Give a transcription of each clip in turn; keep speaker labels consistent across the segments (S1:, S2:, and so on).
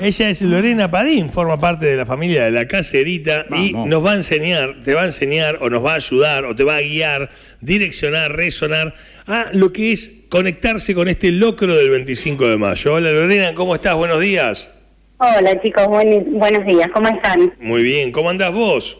S1: Ella es Lorena Padín, forma parte de la familia de la caserita y
S2: Vamos.
S1: nos va a enseñar, te va a enseñar o nos va a ayudar o te va a guiar, direccionar, resonar a lo que es conectarse con este locro del 25 de mayo. Hola Lorena, ¿cómo estás? Buenos días.
S3: Hola chicos, buen- buenos días, ¿cómo están?
S1: Muy bien, ¿cómo andás vos?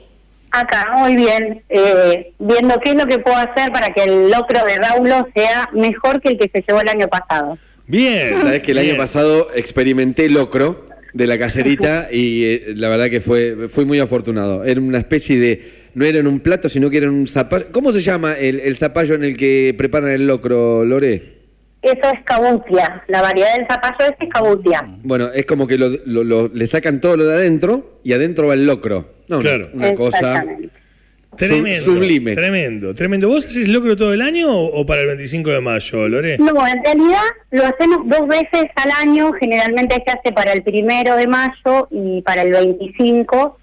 S3: Acá, muy bien, eh, viendo qué es lo que puedo hacer para que el locro de Raulo sea mejor que el que se llevó el año pasado.
S1: Bien.
S2: Sabes que el
S1: bien.
S2: año pasado experimenté locro de la caserita y eh, la verdad que fue fui muy afortunado. Era una especie de no era en un plato, sino que era en un zapallo. ¿Cómo se llama el, el zapallo en el que preparan el locro, Lore?
S3: Eso es cabutia, la variedad del zapallo es cabutia.
S2: Bueno, es como que lo, lo- lo- le sacan todo lo de adentro y adentro va el locro. No, no,
S1: Claro.
S2: una cosa
S1: Tremendo,
S2: Sub- sublime.
S1: Tremendo, tremendo. ¿Vos haces locro todo el año o, o para el 25 de mayo, Lore?
S3: No, en realidad lo hacemos dos veces al año, generalmente se hace para el primero de mayo y para el 25.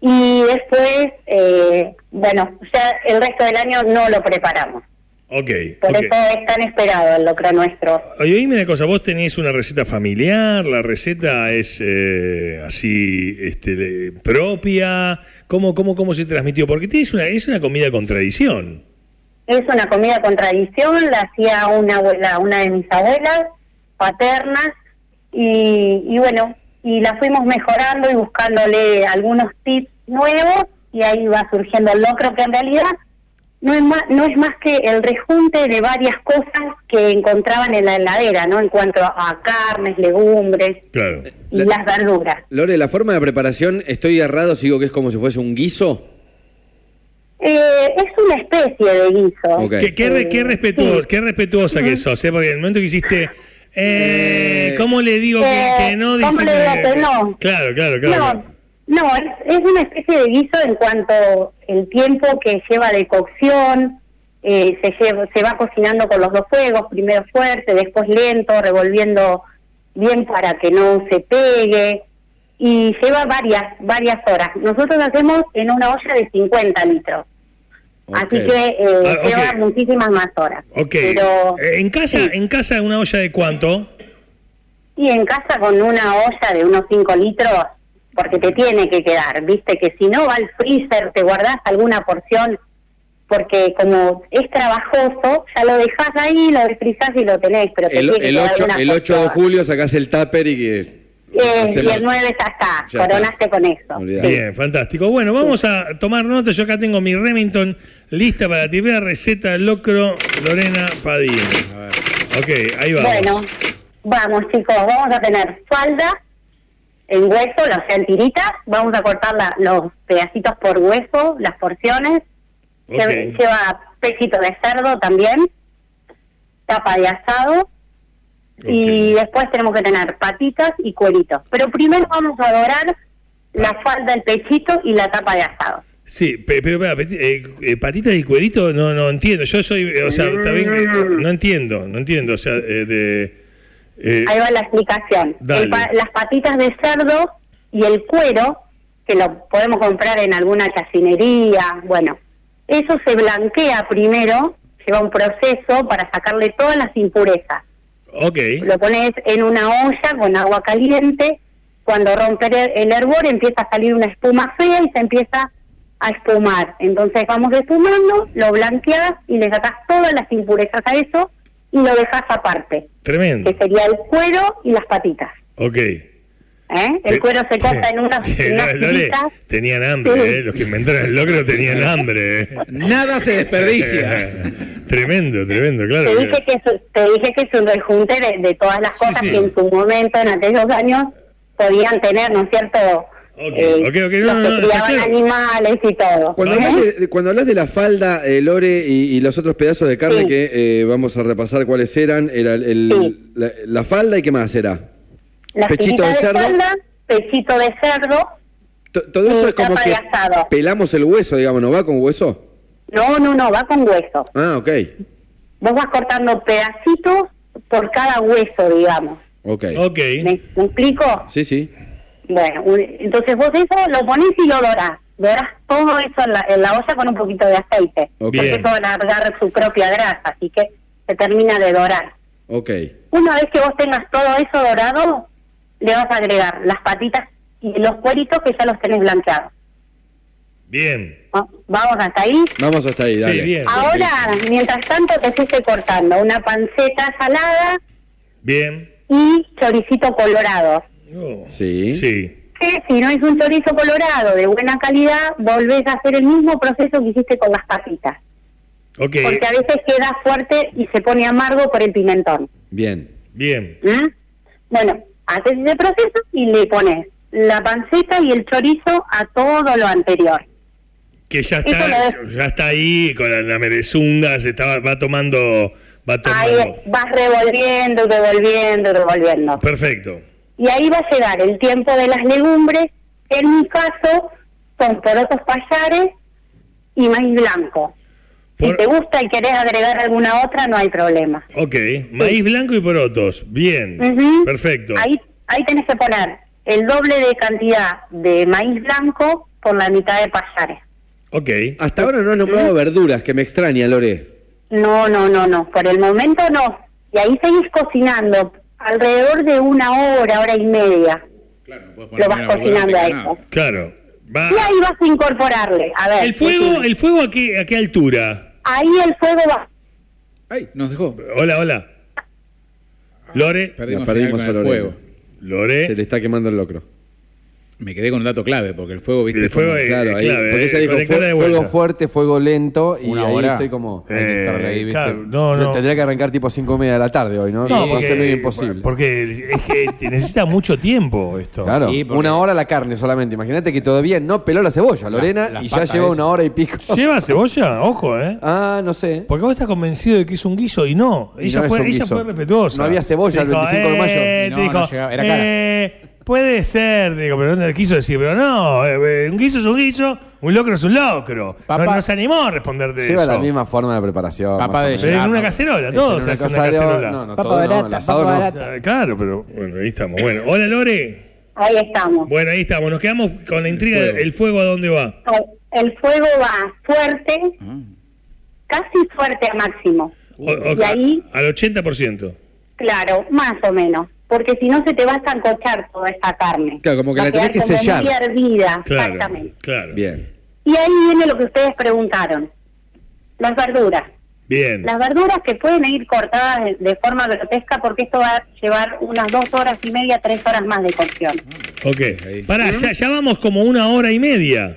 S3: Y después, eh, bueno, ya el resto del año no lo preparamos.
S1: Ok,
S3: Por
S1: ok.
S3: eso es tan esperado el locro nuestro.
S1: Oye, dime una cosa, vos tenés una receta familiar, la receta es eh, así este, de- propia, ¿Cómo, cómo, ¿cómo se transmitió? Porque tenés una, es una comida con tradición.
S3: Es una comida con tradición, la hacía una abuela, una de mis abuelas paternas y, y bueno, y la fuimos mejorando y buscándole algunos tips nuevos y ahí va surgiendo el locro que en realidad no es más, no es más que el rejunte de varias cosas que encontraban en la heladera, ¿no? En cuanto a carnes, legumbres
S1: Claro.
S3: y
S2: La-
S3: las verduras.
S2: Lore, la forma de preparación, estoy errado, sigo que es como si fuese un guiso.
S3: Eh, es una especie de guiso.
S2: Ok.
S1: ¿Qué, qué, re- qué
S3: Eh,
S1: respetuoso-
S3: sí.
S1: qué respetuosa que sos, ¿eh? porque en el momento que hiciste... Eh,
S2: Eh,
S1: ¿Cómo le digo que,
S3: eh,
S1: que no?
S3: ¿cómo
S1: Dicen
S3: le digo que no?
S1: Claro, claro, claro.
S3: No, no, es, es una especie de guiso en cuanto el tiempo que lleva de cocción, eh, se, lleva- se va cocinando con los dos fuegos, primero fuerte, después lento, revolviendo bien para que no se pegue y lleva varias varias horas. Nosotros hacemos en una olla de 50 litros, así
S2: Ok.
S3: que eh,
S1: Ah, ok.
S3: lleva muchísimas más horas.
S1: Ok.
S3: Pero
S1: Eh, ¿En casa
S3: sí.
S1: en casa una olla de cuánto?
S3: Y en casa con una olla de unos 5 litros, porque te tiene que quedar, viste, que si no va al freezer, te guardás alguna porción, porque como es trabajoso, ya lo dejás ahí, lo desfrizás y lo tenés, pero te
S2: El,
S3: tiene
S2: el
S3: que quedar
S2: 8,
S3: alguna
S2: el 8 de
S3: porción.
S2: julio sacás el tupper y que...
S3: Eh, y
S2: hacemos-
S3: el 9 ya
S2: Ya
S3: está,
S2: está.
S3: coronaste con eso.
S2: Olvidate.
S1: Bien, fantástico. Bueno, vamos a tomar nota. Yo acá tengo mi Remington lista para ti. Vea receta del locro Lorena Padilla. Ok, ahí vamos.
S3: Bueno, vamos chicos, vamos a tener falda en hueso, la sea en tiritas, vamos a cortar la- los pedacitos por hueso, las porciones,
S1: Ok.
S3: Lle- Lleva pechito de cerdo también, tapa de asado y
S1: Ok.
S3: después tenemos que tener patitas y cueritos. Pero primero vamos a dorar la
S1: Ah.
S3: falda, el pechito y la tapa de asado.
S1: Sí, pe- pero pará, peti- eh, eh, patitas y cuerito, no, no entiendo. Yo soy, eh, o sea, está bien que- no entiendo, no entiendo. O sea, eh, de... eh,
S3: Ahí va la explicación.
S1: Dale.
S3: El pa- las patitas de cerdo y el cuero, que lo podemos comprar en alguna chacinería, bueno, eso se blanquea primero, lleva un proceso para sacarle todas las impurezas.
S1: ok,
S3: lo pones en una olla con agua caliente, cuando rompe el- el hervor empieza a salir una espuma fea y se empieza a espumar. Entonces vamos espumando, lo blanqueas y le sacas todas las impurezas a eso y lo dejas aparte,
S1: tremendo.
S3: que sería el cuero y las patitas.
S1: Ok.
S3: ¿eh? El cuero se corta en unas,
S1: Sí,
S3: en unas
S1: Lore,
S3: tiritas.
S1: Tenían hambre, eh, los que inventaron el locro tenían hambre. eh.
S4: Nada se desperdicia.
S1: tremendo, tremendo, claro.
S3: Te
S1: que-
S3: dije, que es, te dije que es un rejunte de, de todas las cosas
S1: sí.
S3: que en su momento, en aquellos años, podían tener, ¿no es cierto?
S1: Ok,
S3: Eh,
S1: ok, ok, no,
S3: los
S1: no,
S3: que
S1: no, está
S3: criaban
S1: claro.
S3: animales y todo.
S2: Cuando
S3: ¿eh?
S2: hablas, de, de- cuando hablas de la falda, eh, Lore, y, y los otros pedazos de carne
S3: Sí.
S2: que eh, vamos a repasar cuáles eran, era el- el-
S3: Sí.
S2: la, la falda y qué más era.
S3: Las
S2: pechito
S3: tiritas
S2: de cerdo.
S3: espalda, pechito de cerdo.
S2: To- todo eso
S3: Sí,
S2: es como
S3: tapa
S2: que
S3: de asado.
S2: pelamos el hueso, digamos, ¿no va con hueso?
S3: No, no, no, va con hueso.
S2: Ah, ok,
S3: Vos vas cortando pedacitos por cada hueso, digamos.
S2: ok.
S1: Ok.
S3: ¿Me, me explico?
S2: Sí, sí.
S3: Bueno, un- entonces vos eso lo ponés y lo dorás. Dorás todo eso en la, en la olla con un poquito de aceite.
S2: Ok.
S3: Porque
S1: Bien.
S3: eso va a largar su propia grasa, así que se termina de dorar.
S2: Ok.
S3: Una vez que vos tengas todo eso dorado, le vas a agregar las patitas y los cueritos que ya los tenés blanqueados.
S1: Bien.
S3: ¿no? Vamos hasta ahí.
S2: Vamos hasta ahí, dale.
S1: bien.
S3: Ahora, mientras tanto, te fuiste cortando una panceta salada
S1: Bien.
S3: y choricito colorado.
S1: Oh.
S2: Sí.
S1: Sí.
S3: Que si no es un chorizo colorado de buena calidad, volvés a hacer el mismo proceso que hiciste con las papitas.
S1: Ok.
S3: Porque a veces queda fuerte y se pone amargo por el pimentón.
S2: Bien.
S1: Bien.
S3: ¿Mm? Bueno, haces ese proceso y le pones la panceta y el chorizo a todo lo anterior.
S1: Que ya
S3: Eso
S1: está,
S3: lo es.
S1: ya está ahí con la, la merezunga, se está, va tomando. Va
S3: Ahí
S1: tomando.
S3: vas revolviendo, revolviendo, revolviendo.
S1: Perfecto.
S3: Y ahí va a llegar el tiempo de las legumbres, que en mi caso son porotos payares y maíz blanco. Si
S1: Por-
S3: te gusta y querés agregar alguna otra, no hay problema.
S1: ok. Maíz blanco y porotos. Bien.
S3: Ujú.
S1: Perfecto.
S3: Ahí, ahí tenés que poner el doble de cantidad de maíz blanco por la mitad de payares.
S1: Ok.
S2: Hasta ahora no has nombrado verduras, que me extraña, Lore.
S3: No, no, no, no. Por el momento no. Y ahí seguís cocinando alrededor de una hora, hora y media.
S4: Claro, no puedes
S3: Lo vas
S4: menos verdura, no te
S3: cocinando a
S4: queda nada.
S3: eso.
S1: Claro. Va.
S3: Y ahí vas a incorporarle. A ver.
S1: ¿El fuego,
S3: decime.
S1: el fuego a, qué, a qué altura?
S3: Ahí el fuego va.
S4: Ay, nos dejó.
S1: Hola, hola. Lore.
S4: Perdimos,
S2: Nos perdimos
S4: el
S2: a
S4: fuego.
S2: Lorena. Se le
S1: Lore.
S2: está quemando el locro.
S4: Me quedé con un dato clave, porque el fuego, viste,
S1: El fuego
S4: como-
S1: es- Eh,
S2: Claro, ahí,
S1: clave,
S2: porque
S1: eh,
S2: ella dijo
S1: conectala de
S2: fue-
S1: vuelta.
S2: fuego fuerte, fuego lento, y
S4: Una
S2: ahí
S4: hora.
S2: estoy como...
S5: Hay que estar ahí, ¿viste?
S1: Eh, claro, no, no.
S2: Tendría que arrancar tipo 5 media de la tarde hoy, ¿no? Va a ser medio imposible.
S1: Porque es que te necesita mucho tiempo esto.
S2: Claro,
S4: Sí, porque-
S2: una hora la carne solamente. Imagínate que todavía no peló la cebolla, Lorena,
S4: las
S2: y ya
S4: patas
S2: lleva
S4: esas.
S2: una hora y pico.
S1: ¿Lleva cebolla? Ojo, ¿eh?
S2: Ah, no sé.
S1: Porque vos estás convencido de que es un guiso y no.
S2: Y
S1: Ella,
S2: no es
S1: fue,
S2: un
S1: ella
S2: guiso.
S1: fue respetuosa.
S2: No había cebolla el
S1: Dijo,
S2: 25 de mayo.
S1: "Eh",
S4: No,
S1: te dijo,
S4: no llegaba, era cara.
S1: "Eh, puede ser, digo, pero no le quiso decir, pero no, eh, eh, un guiso es un guiso, un locro es un locro.
S4: Papá-
S1: no, no se animó a responderte
S2: Lleva
S1: eso.
S2: la misma forma de preparación.
S4: Papá
S2: más o
S4: de
S2: menos.
S1: Pero en
S4: Ah,
S1: una
S4: no.
S1: cacerola,
S2: Es
S1: todos
S2: en
S1: hacen una
S2: cacerola-
S1: cacerola.
S2: No, no,
S6: Papa
S2: todo no,
S6: barata,
S2: el asado
S6: papa
S2: no.
S6: barata.
S1: Ah, Claro, pero bueno, ahí estamos. Bueno, hola Lore.
S3: Ahí estamos.
S1: Bueno, ahí estamos. Nos quedamos con la intriga.
S2: fuego.
S1: ¿El fuego a dónde va?
S3: Ahí, El fuego va fuerte, casi fuerte a máximo.
S2: Uh.
S1: O- o-
S3: Y ahí,
S1: Al 80%.
S3: claro, más o menos. Porque si no se te va a zancochar toda esa carne.
S2: Claro, como que
S3: Va
S2: la
S3: a quedar
S2: tenés que
S3: como
S2: sellar.
S3: muy hervida,
S1: Claro.
S3: exactamente.
S1: Claro.
S2: Bien.
S3: Y ahí viene lo que ustedes preguntaron. Las verduras.
S2: Mm.
S1: Bien.
S3: Las verduras que pueden ir cortadas de, de forma grotesca porque esto va a llevar unas dos horas y media, tres horas más de cocción.
S1: Ok. Pará, ya, ya vamos como una hora y media.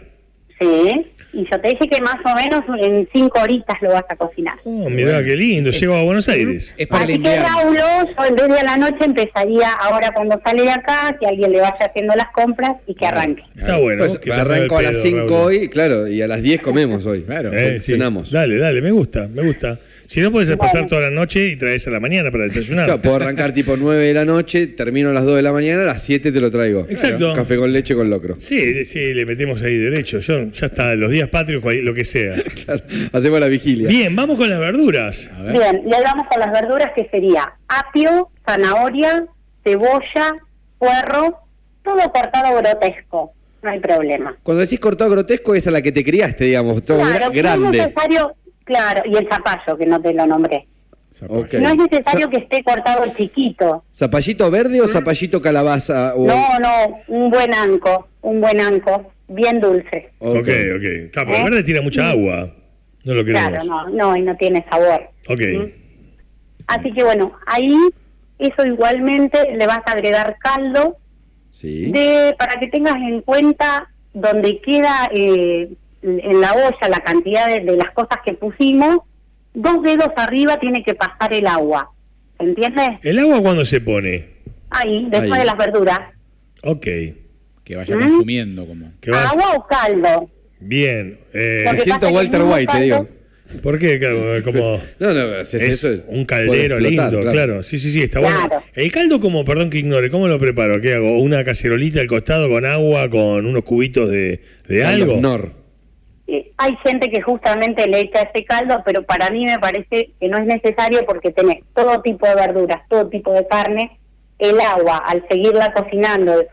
S3: Sí. Y yo te dije que más o menos en cinco horitas lo vas a cocinar.
S1: Oh, mirá qué lindo. Llego a
S2: Eh,
S1: Buenos Aires.
S4: Es para el
S3: Así que
S4: invierno.
S3: Raúl, yo en vez de a la noche empezaría ahora cuando sale de acá, que alguien le vaya haciendo las compras y que arranque.
S1: Está bueno.
S2: Pues,
S1: vos que te
S2: arranco
S1: arregla
S2: a
S1: el
S2: las
S1: pedo,
S2: 5
S1: Raúl.
S2: hoy, claro, y a las 10 comemos hoy.
S4: Claro.
S1: Eh,
S2: Cen-
S1: sí.
S2: Cenamos.
S1: Dale, dale, me gusta, me gusta. Si no, puedes pasar toda la noche y traes a la mañana para desayunar.
S2: Claro, puedo arrancar tipo 9 de la noche, termino a las 2 de la mañana, a las 7 te lo traigo.
S1: Exacto.
S2: Café con leche con locro.
S1: Sí, sí, le metemos ahí derecho. Yo, ya está, los días patrios, cual- lo que sea.
S2: Claro, Hacemos la vigilia.
S1: Bien, vamos con las verduras.
S4: A ver.
S3: Bien, y ahí vamos con las verduras que sería apio, zanahoria, cebolla, puerro, todo cortado grotesco, no hay problema.
S2: Cuando decís cortado grotesco es a la que te criaste, digamos, todo gra-
S3: que no es
S2: grande.
S3: necesario, claro, y el zapallo, que no te lo nombré.
S2: Ok.
S3: No es necesario que esté cortado chiquito.
S2: ¿Zapallito verde o zapallito calabaza? O...
S3: No, no, un buen anco, un buen anco, bien dulce.
S1: Ok, ok.
S2: ok.
S1: Está, porque el verde tira mucha agua. No lo queremos.
S3: Eh, Claro, no, Mm. no, y no tiene sabor.
S1: Ok.
S3: Así que bueno, ahí eso igualmente le vas a agregar caldo
S2: Sí.
S3: de para que tengas en cuenta donde queda eh, en la olla la cantidad de, de las cosas que pusimos, dos dedos arriba tiene que pasar el agua. ¿Entiendes?
S1: ¿El agua cuándo se pone?
S3: Ahí, después
S2: Ahí.
S3: de las verduras.
S1: Ok.
S4: Que vaya consumiendo como...
S1: Que va-
S3: ¿Agua o caldo?
S1: Bien. eh,
S2: Me
S3: Porque
S2: siento
S3: pasa que
S2: Walter
S3: en un
S2: White, te digo.
S3: caldo-
S1: ¿Por qué? Claro, como...
S2: No, no, si
S1: Es
S2: eso
S1: un
S2: puede
S1: caldero
S2: explotar,
S1: lindo, claro. Sí, sí, sí, está
S3: Claro.
S1: bueno. El caldo, como, perdón que ignore, ¿cómo lo preparo? ¿Qué hago? ¿Una cacerolita al costado con agua, con unos cubitos de, de algo?
S2: Nor.
S3: eh, Hay gente que justamente le echa ese caldo, pero para mí me parece que no es necesario porque tenés todo tipo de verduras, todo tipo de carne. El agua, al seguirla cocinando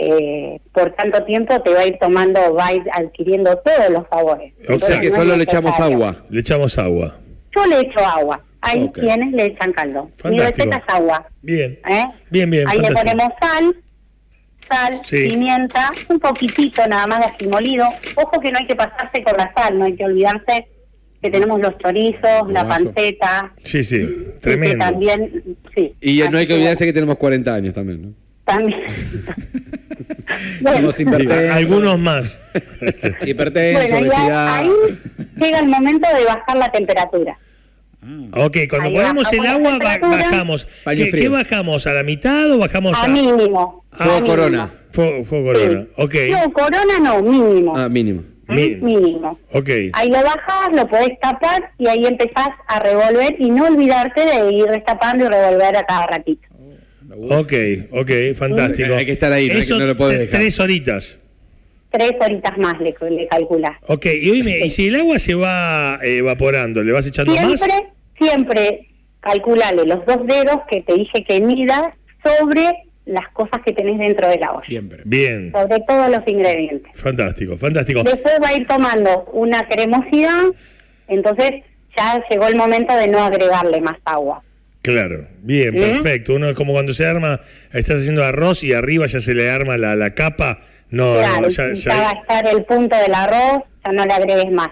S3: eh, por tanto tiempo, te va a ir tomando, va a ir adquiriendo todos los sabores.
S1: O sea,
S2: O sea
S3: Entonces,
S2: que
S3: no es
S2: solo le echamos
S3: necesario.
S2: agua.
S1: Le echamos agua.
S3: Yo le echo agua. Hay
S4: Ok.
S3: quienes le echan caldo. Mi
S1: Fantástico.
S3: receta es agua.
S1: Bien.
S3: ¿eh?
S1: Bien, bien,
S3: Ahí le
S1: fantástico.
S3: ponemos sal, sal,
S1: Sí.
S3: pimienta, un poquitito nada más de ají molido. Ojo que no hay que pasarse con la sal, no hay que olvidarse que tenemos los chorizos, la
S4: Golazo.
S3: panceta.
S1: Sí, sí.
S3: y que
S1: Tremendo.
S3: también, sí.
S2: Y eh, no hay
S3: Así
S2: que olvidarse que tenemos 40 años también, ¿no?
S3: También.
S4: Somos
S1: Digo,
S4: hipertensos.
S1: algunos más.
S4: Hipertenso,
S3: bueno, ahí,
S4: obesidad.
S3: ahí llega el momento de bajar la temperatura.
S4: Ah,
S1: Ok, cuando ponemos
S3: Ahí bajamos
S1: el
S3: la
S1: agua ba-
S3: temperatura.
S1: bajamos.
S2: Paño
S1: ¿Qué,
S2: frío.
S1: qué bajamos? ¿A la mitad o bajamos a...?
S3: a mínimo.
S2: Fuego
S3: a mínimo.
S2: corona.
S1: Fuego, fuego
S3: Sí.
S1: corona. Ok.
S3: No, corona no, mínimo.
S2: Ah, mínimo.
S1: Mi-
S3: Mínimo.
S1: ok.
S3: Ahí lo bajas, lo podés tapar y ahí empezás a revolver y no olvidarte de ir destapando y revolver a cada ratito.
S1: Ok, ok, fantástico.
S2: Hay que estar ahí, no hay que- no lo podés
S1: te-
S2: dejar.
S1: Tres horitas.
S3: Tres horitas más le, le calculás.
S1: Ok, y oíme, ¿y si el agua se va eh, evaporando, le vas echando más?
S3: Siempre, siempre calculale los dos dedos que te dije que midas sobre las cosas que tenés dentro de la olla,
S4: Siempre.
S1: Bien,
S3: sobre todos los ingredientes.
S1: fantástico, fantástico.
S3: Después va a ir tomando una cremosidad, entonces ya llegó el momento de no agregarle más agua.
S1: Claro, bien,
S3: ¿Eh?
S1: perfecto. Uno es como cuando se arma, estás haciendo arroz y arriba ya se le arma la, la capa. No, no,
S3: claro,
S1: ya,
S3: ya,
S1: ya-
S3: va a estar el punto del arroz, ya no le agregues más.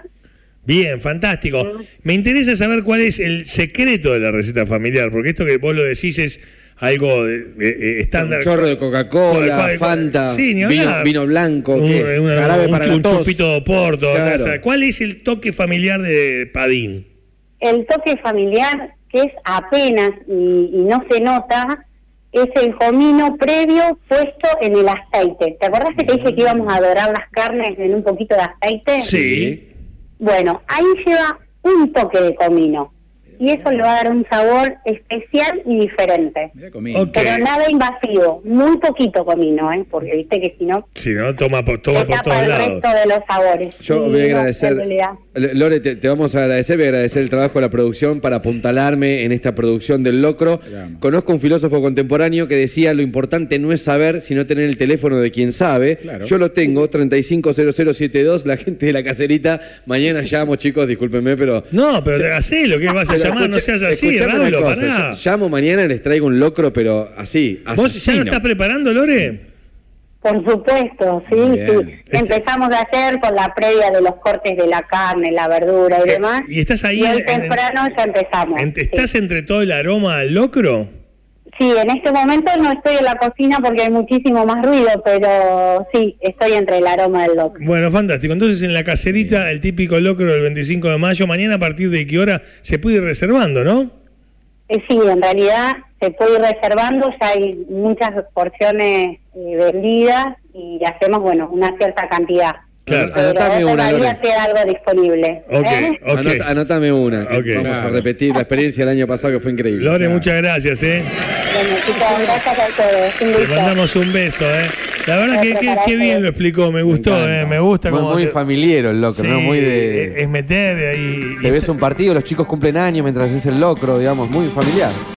S1: Bien, fantástico. Me interesa saber cuál es el secreto de la receta familiar, porque esto que vos lo decís es algo de- de- de estándar.
S2: Un chorro de Coca-Cola,
S1: ¿Cuál- cuál-
S2: Fanta,
S1: Sí, ni
S2: vino-
S1: hablar.
S2: vino blanco,
S1: un,
S2: ¿qué es?
S1: un-
S2: Jarabe
S1: un
S2: para
S1: chu-
S2: la
S1: un
S2: tos.
S1: chupito de porto.
S2: Claro.
S1: taza. ¿Cuál es el toque familiar de Padín?
S3: El toque familiar, que es apenas y, y no se nota, es el comino previo puesto en el aceite. ¿Te acordás que te dije que íbamos a dorar las carnes en un poquito de aceite?
S1: Sí.
S3: Bueno, ahí lleva un toque de comino. Y eso le va a dar un sabor especial y diferente.
S4: Mirá comí.
S1: Ok.
S3: Pero nada invasivo, muy poquito comino, ¿eh? porque viste que si no,
S1: Si no, toma por, toma
S3: se
S1: por
S3: tapa
S1: todos
S3: el
S1: lados.
S3: resto de los sabores.
S2: Yo
S3: Y
S2: voy a
S3: no, en
S2: agradecer,
S3: realidad.
S2: L- Lore, te, te vamos a agradecer, voy a agradecer el trabajo de la producción para apuntalarme en esta producción del Locro.
S4: Gran.
S2: Conozco un filósofo contemporáneo que decía, lo importante no es saber, sino tener el teléfono de quien sabe.
S4: Claro.
S2: Yo lo tengo, 350072, la gente de la caserita, mañana llamo, chicos, discúlpenme, pero...
S1: No, pero te- hacelo, que vas a
S2: pero
S1: llamar, no
S2: escucha-
S1: seas así,
S2: escuchame una
S1: Raulo,
S2: cosa,
S1: pará.
S2: yo Llamo mañana y les traigo un Locro, pero así,
S1: ¿Vos ya lo
S2: asesino.
S1: estás preparando, Lore?
S3: Por supuesto, sí,
S4: Bien.
S3: sí.
S1: Este-
S3: Empezamos a hacer con la previa de los cortes de la carne, la verdura y
S1: Eh,
S3: demás.
S1: y estás ahí
S3: Y
S1: en-
S3: hoy
S1: en-
S3: temprano ya empezamos.
S1: Ent- ¿Estás
S3: sí.
S1: entre todo el aroma al locro?
S3: Sí, en este momento no estoy en la cocina porque hay muchísimo más ruido, pero sí, estoy entre el aroma del locro.
S1: Bueno, fantástico. Entonces en la caserita, el típico locro del 25 de mayo, mañana a partir de qué hora se puede ir reservando, ¿no?
S3: Eh, Sí, en realidad se puede ir reservando, ya hay muchas porciones eh, vendidas y hacemos, bueno, una cierta cantidad.
S1: Claro.
S3: Pero
S2: Anotame una, Lore.
S3: todavía queda algo disponible.
S1: Ok,
S3: ¿eh?
S1: ok.
S2: Anota- anotame una, que
S1: Ok.
S2: vamos a
S4: Claro.
S2: repetir la experiencia del año pasado que fue increíble.
S1: Lore, muchas gracias, ¿eh?
S3: Bueno, chicos, gracias a todos. Un
S1: Le
S3: gusto.
S1: mandamos un beso, ¿eh? La verdad que que- qué bien lo explicó, me gustó, ¿eh? Me gusta
S5: Muy,
S1: como...
S5: muy
S1: te-
S5: familiero el locro,
S1: Sí, eh,
S5: ¿no? Muy de.
S1: es- Es meter ahí... y-
S5: te ves un partido, los chicos cumplen años mientras es el locro, digamos, muy familiar.